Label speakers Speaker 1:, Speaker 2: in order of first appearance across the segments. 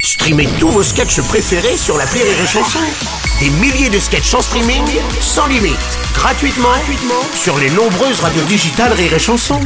Speaker 1: Streamez tous vos sketchs préférés sur la Rire et Chanson. Des milliers de sketchs en streaming, sans limite, gratuitement, gratuitement sur les nombreuses radios digitales Rire et Chanson.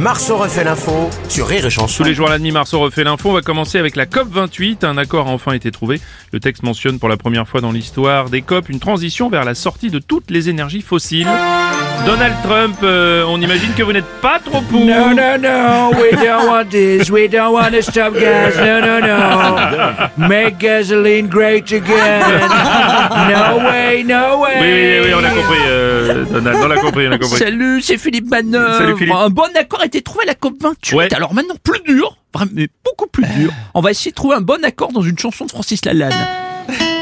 Speaker 1: Marceau refait l'info sur Rire et Chanson.
Speaker 2: Tous les jours à la demi-Marceau refait l'info. On va commencer avec la COP28. Un accord a enfin été trouvé. Le texte mentionne pour la première fois dans l'histoire des COP une transition vers la sortie de toutes les énergies fossiles. Donald Trump, euh, on imagine que vous n'êtes pas trop pour.
Speaker 3: No, no, no. We don't want this. We don't want to stop gas. No, no, no. Make gasoline great again. No way, no way.
Speaker 2: Oui, oui, oui, on a compris, euh, Donald. On a compris, on a compris.
Speaker 4: Salut, c'est Philippe Manœuvre.
Speaker 2: Salut, Philippe.
Speaker 4: Un bon accord a été trouvé à la COP28.
Speaker 2: Ouais. Eh.
Speaker 4: Alors maintenant, plus dur, vraiment, mais beaucoup plus dur. On va essayer de trouver un bon accord dans une chanson de Francis Lalanne.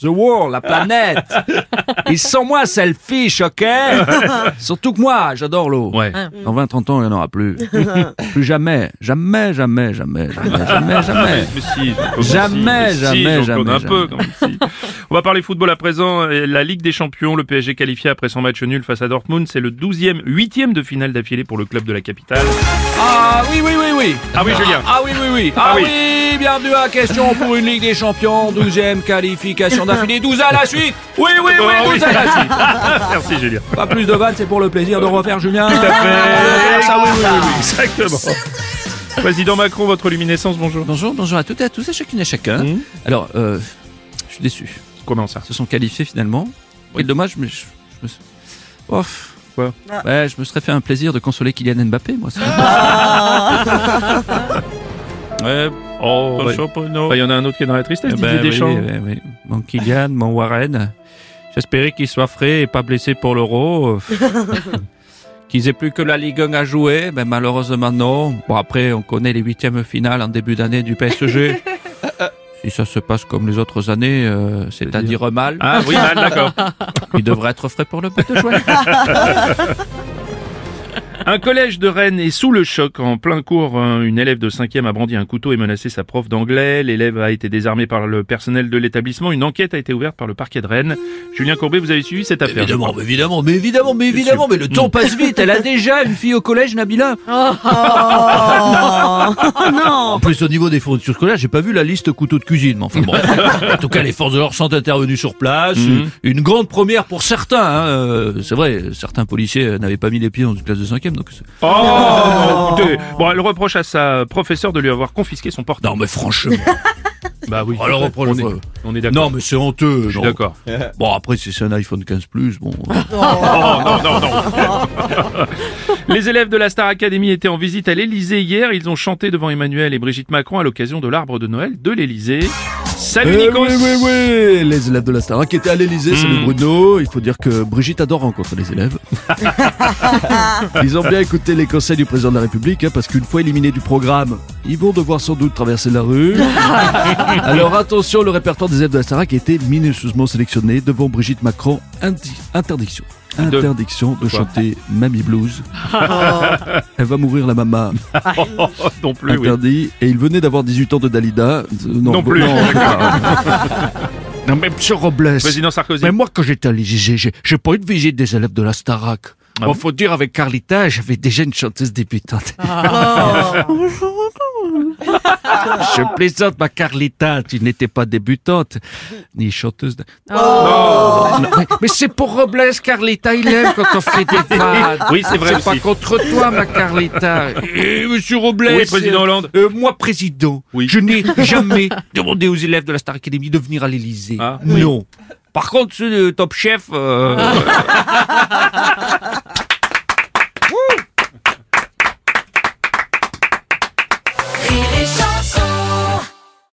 Speaker 3: The world, la planète Ils sont moins selfish, ok Surtout que moi, j'adore l'eau.
Speaker 2: Ouais.
Speaker 4: Ah.
Speaker 3: Dans 20-30 ans, il n'y en aura plus. plus jamais. Jamais, jamais, jamais, jamais, jamais,
Speaker 2: Ah,
Speaker 3: jamais.
Speaker 2: Mais si, Jean-Claude,
Speaker 3: Jamais,
Speaker 2: si,
Speaker 3: jamais,
Speaker 2: si, Jean-Claude,
Speaker 3: jamais,
Speaker 2: un
Speaker 3: jamais.
Speaker 2: peu quand même, si. On va parler football à présent. euh, Et La Ligue des Champions, le PSG qualifié après son match nul face à Dortmund, c'est le 12e, 8e de finale d'affilée pour le club de la capitale.
Speaker 3: Ah oui, oui, oui, oui
Speaker 2: Ah oui, Julien.
Speaker 3: Ah oui, oui, oui
Speaker 2: Ah
Speaker 3: Ah
Speaker 2: oui.
Speaker 3: oui, bienvenue à Question pour une Ligue des Champions. 12e qualification d'affilée. 12 à la suite Oui, oui,
Speaker 2: Ah
Speaker 3: oui,
Speaker 2: oui.
Speaker 3: 12 à la suite
Speaker 2: Merci Julien.
Speaker 3: Pas plus de vannes, c'est pour le plaisir de refaire Julien.
Speaker 2: Ça, oui, oui, oui, exactement. Président Macron, votre luminescence, bonjour.
Speaker 4: Bonjour, bonjour à toutes et à tous, à chacune et à chacun.
Speaker 3: Mm.
Speaker 2: Mhm.
Speaker 4: Alors, euh, je suis déçu.
Speaker 2: Comment ça
Speaker 4: Ils se sont qualifiés finalement. Quel dommage, mais je, je me... suis- Ouf.
Speaker 2: Quoi
Speaker 4: Ouais, je me serais fait un plaisir de consoler Kylian Mbappé, moi. ça. ouais,
Speaker 2: Oh,
Speaker 4: Pas
Speaker 2: bah,
Speaker 4: chaud pour nous.
Speaker 2: bah, il y en a un autre qui est dans la tristesse,
Speaker 4: Eh
Speaker 2: Didier
Speaker 4: ben oui,
Speaker 2: Deschamps.
Speaker 4: oui, oui. Mon Kylian, mon Warren. J'espérais qu'ils soient frais et pas blessés pour l'euro. qu'ils aient plus que la Ligue 1 à jouer. Ben, malheureusement, non. Bon, après, on connaît les huitièmes finales en début d'année du PSG. Si ça se passe comme les autres années, euh, c'est-à-dire mal,
Speaker 2: Ah oui, mal, d'accord.
Speaker 4: ils devraient être frais pour le but de jouer.
Speaker 2: Un collège de Rennes est sous le choc. En plein cours, un- une élève de 5e a brandi un couteau et menacé sa prof d'anglais. L'élève a été désarmé par le personnel de l'établissement. Une enquête a été ouverte par le parquet de Rennes. Julien Courbet, vous avez suivi cette affaire
Speaker 4: Évidemment, mais évidemment, mais évidemment, mais évidemment, mais le temps passe vite. Elle a déjà une fille au collège, Nabila. En plus, au niveau des fournitures scolaires, j'ai pas vu la liste couteaux de cuisine. Mais enfin bon. en tout cas, les forces de l'ordre sont intervenues sur place.
Speaker 2: Mhm.
Speaker 4: Une grande première pour certains. hein. Euh, C'est vrai, certains policiers euh, n'avaient pas mis les pieds dans une classe de cinquième. Donc, c'est-
Speaker 2: Oh, non, écoutez. Bon, elle reproche à sa professeure de lui avoir confisqué son portable.
Speaker 4: non, mais franchement.
Speaker 2: Bah oui.
Speaker 4: Alors, Oh, reproche.
Speaker 2: on est, on est d'accord.
Speaker 4: Non, mais c'est honteux.
Speaker 2: Je suis
Speaker 4: non.
Speaker 2: d'accord.
Speaker 4: Bon, après, si c'est un iPhone 15 Plus, bon. euh,
Speaker 2: Les élèves de la Star Academy étaient en visite à l'Élysée hier. Ils ont chanté devant Emmanuel et Brigitte Macron à l'occasion de l'arbre de Noël de l'Élysée. Salut
Speaker 5: Eh
Speaker 2: Nikos
Speaker 5: oui, oui, oui, les élèves de la Starac qui étaient à l'Elysée, c'est
Speaker 2: Hmm.
Speaker 5: le Bruno. Il faut dire que Brigitte adore rencontrer les élèves. ils ont bien écouté les conseils du président de la République, hein, parce qu'une fois éliminés du programme, ils vont devoir sans doute traverser la rue. Alors attention, le répertoire des élèves de la Starac a été minutieusement sélectionné devant Brigitte Macron. Indi- interdiction.
Speaker 2: De-
Speaker 5: Interdiction de,
Speaker 2: quoi
Speaker 5: chanter Mamie Blues. Elle va mourir la mama.
Speaker 2: Oh, non plus, oui.
Speaker 5: Interdit. Et il venait d'avoir 18 ans de Dalida. Euh, Non,
Speaker 2: Non plus.
Speaker 5: Non, Non, mais monsieur Robles.
Speaker 2: Président Sarkozy.
Speaker 5: Mais moi, quand j'étais à l'Élysée, j'ai- j'ai pas eu de visite des élèves de la Starac.
Speaker 2: Ah
Speaker 5: Bon,
Speaker 2: bon
Speaker 5: faut dire, avec Carlita, j'avais déjà une chanteuse débutante. Je plaisante, ma Carlita, tu n'étais pas débutante, ni chanteuse. de- Non, mais- mais c'est pour Robles, Carlita, il aime quand on fait des vannes.
Speaker 2: Oui, c'est vrai
Speaker 5: Ah, C'est pas
Speaker 2: aussi.
Speaker 5: contre toi, ma Carlita. Eh, monsieur Robles.
Speaker 2: Oui, président Hollande.
Speaker 5: Euh, moi, président,
Speaker 2: Oui.
Speaker 5: je n'ai jamais demandé aux élèves de la Star Academy de venir à l'Élysée.
Speaker 2: Ah.
Speaker 5: non. Par contre, ceux de Top Chef, euh,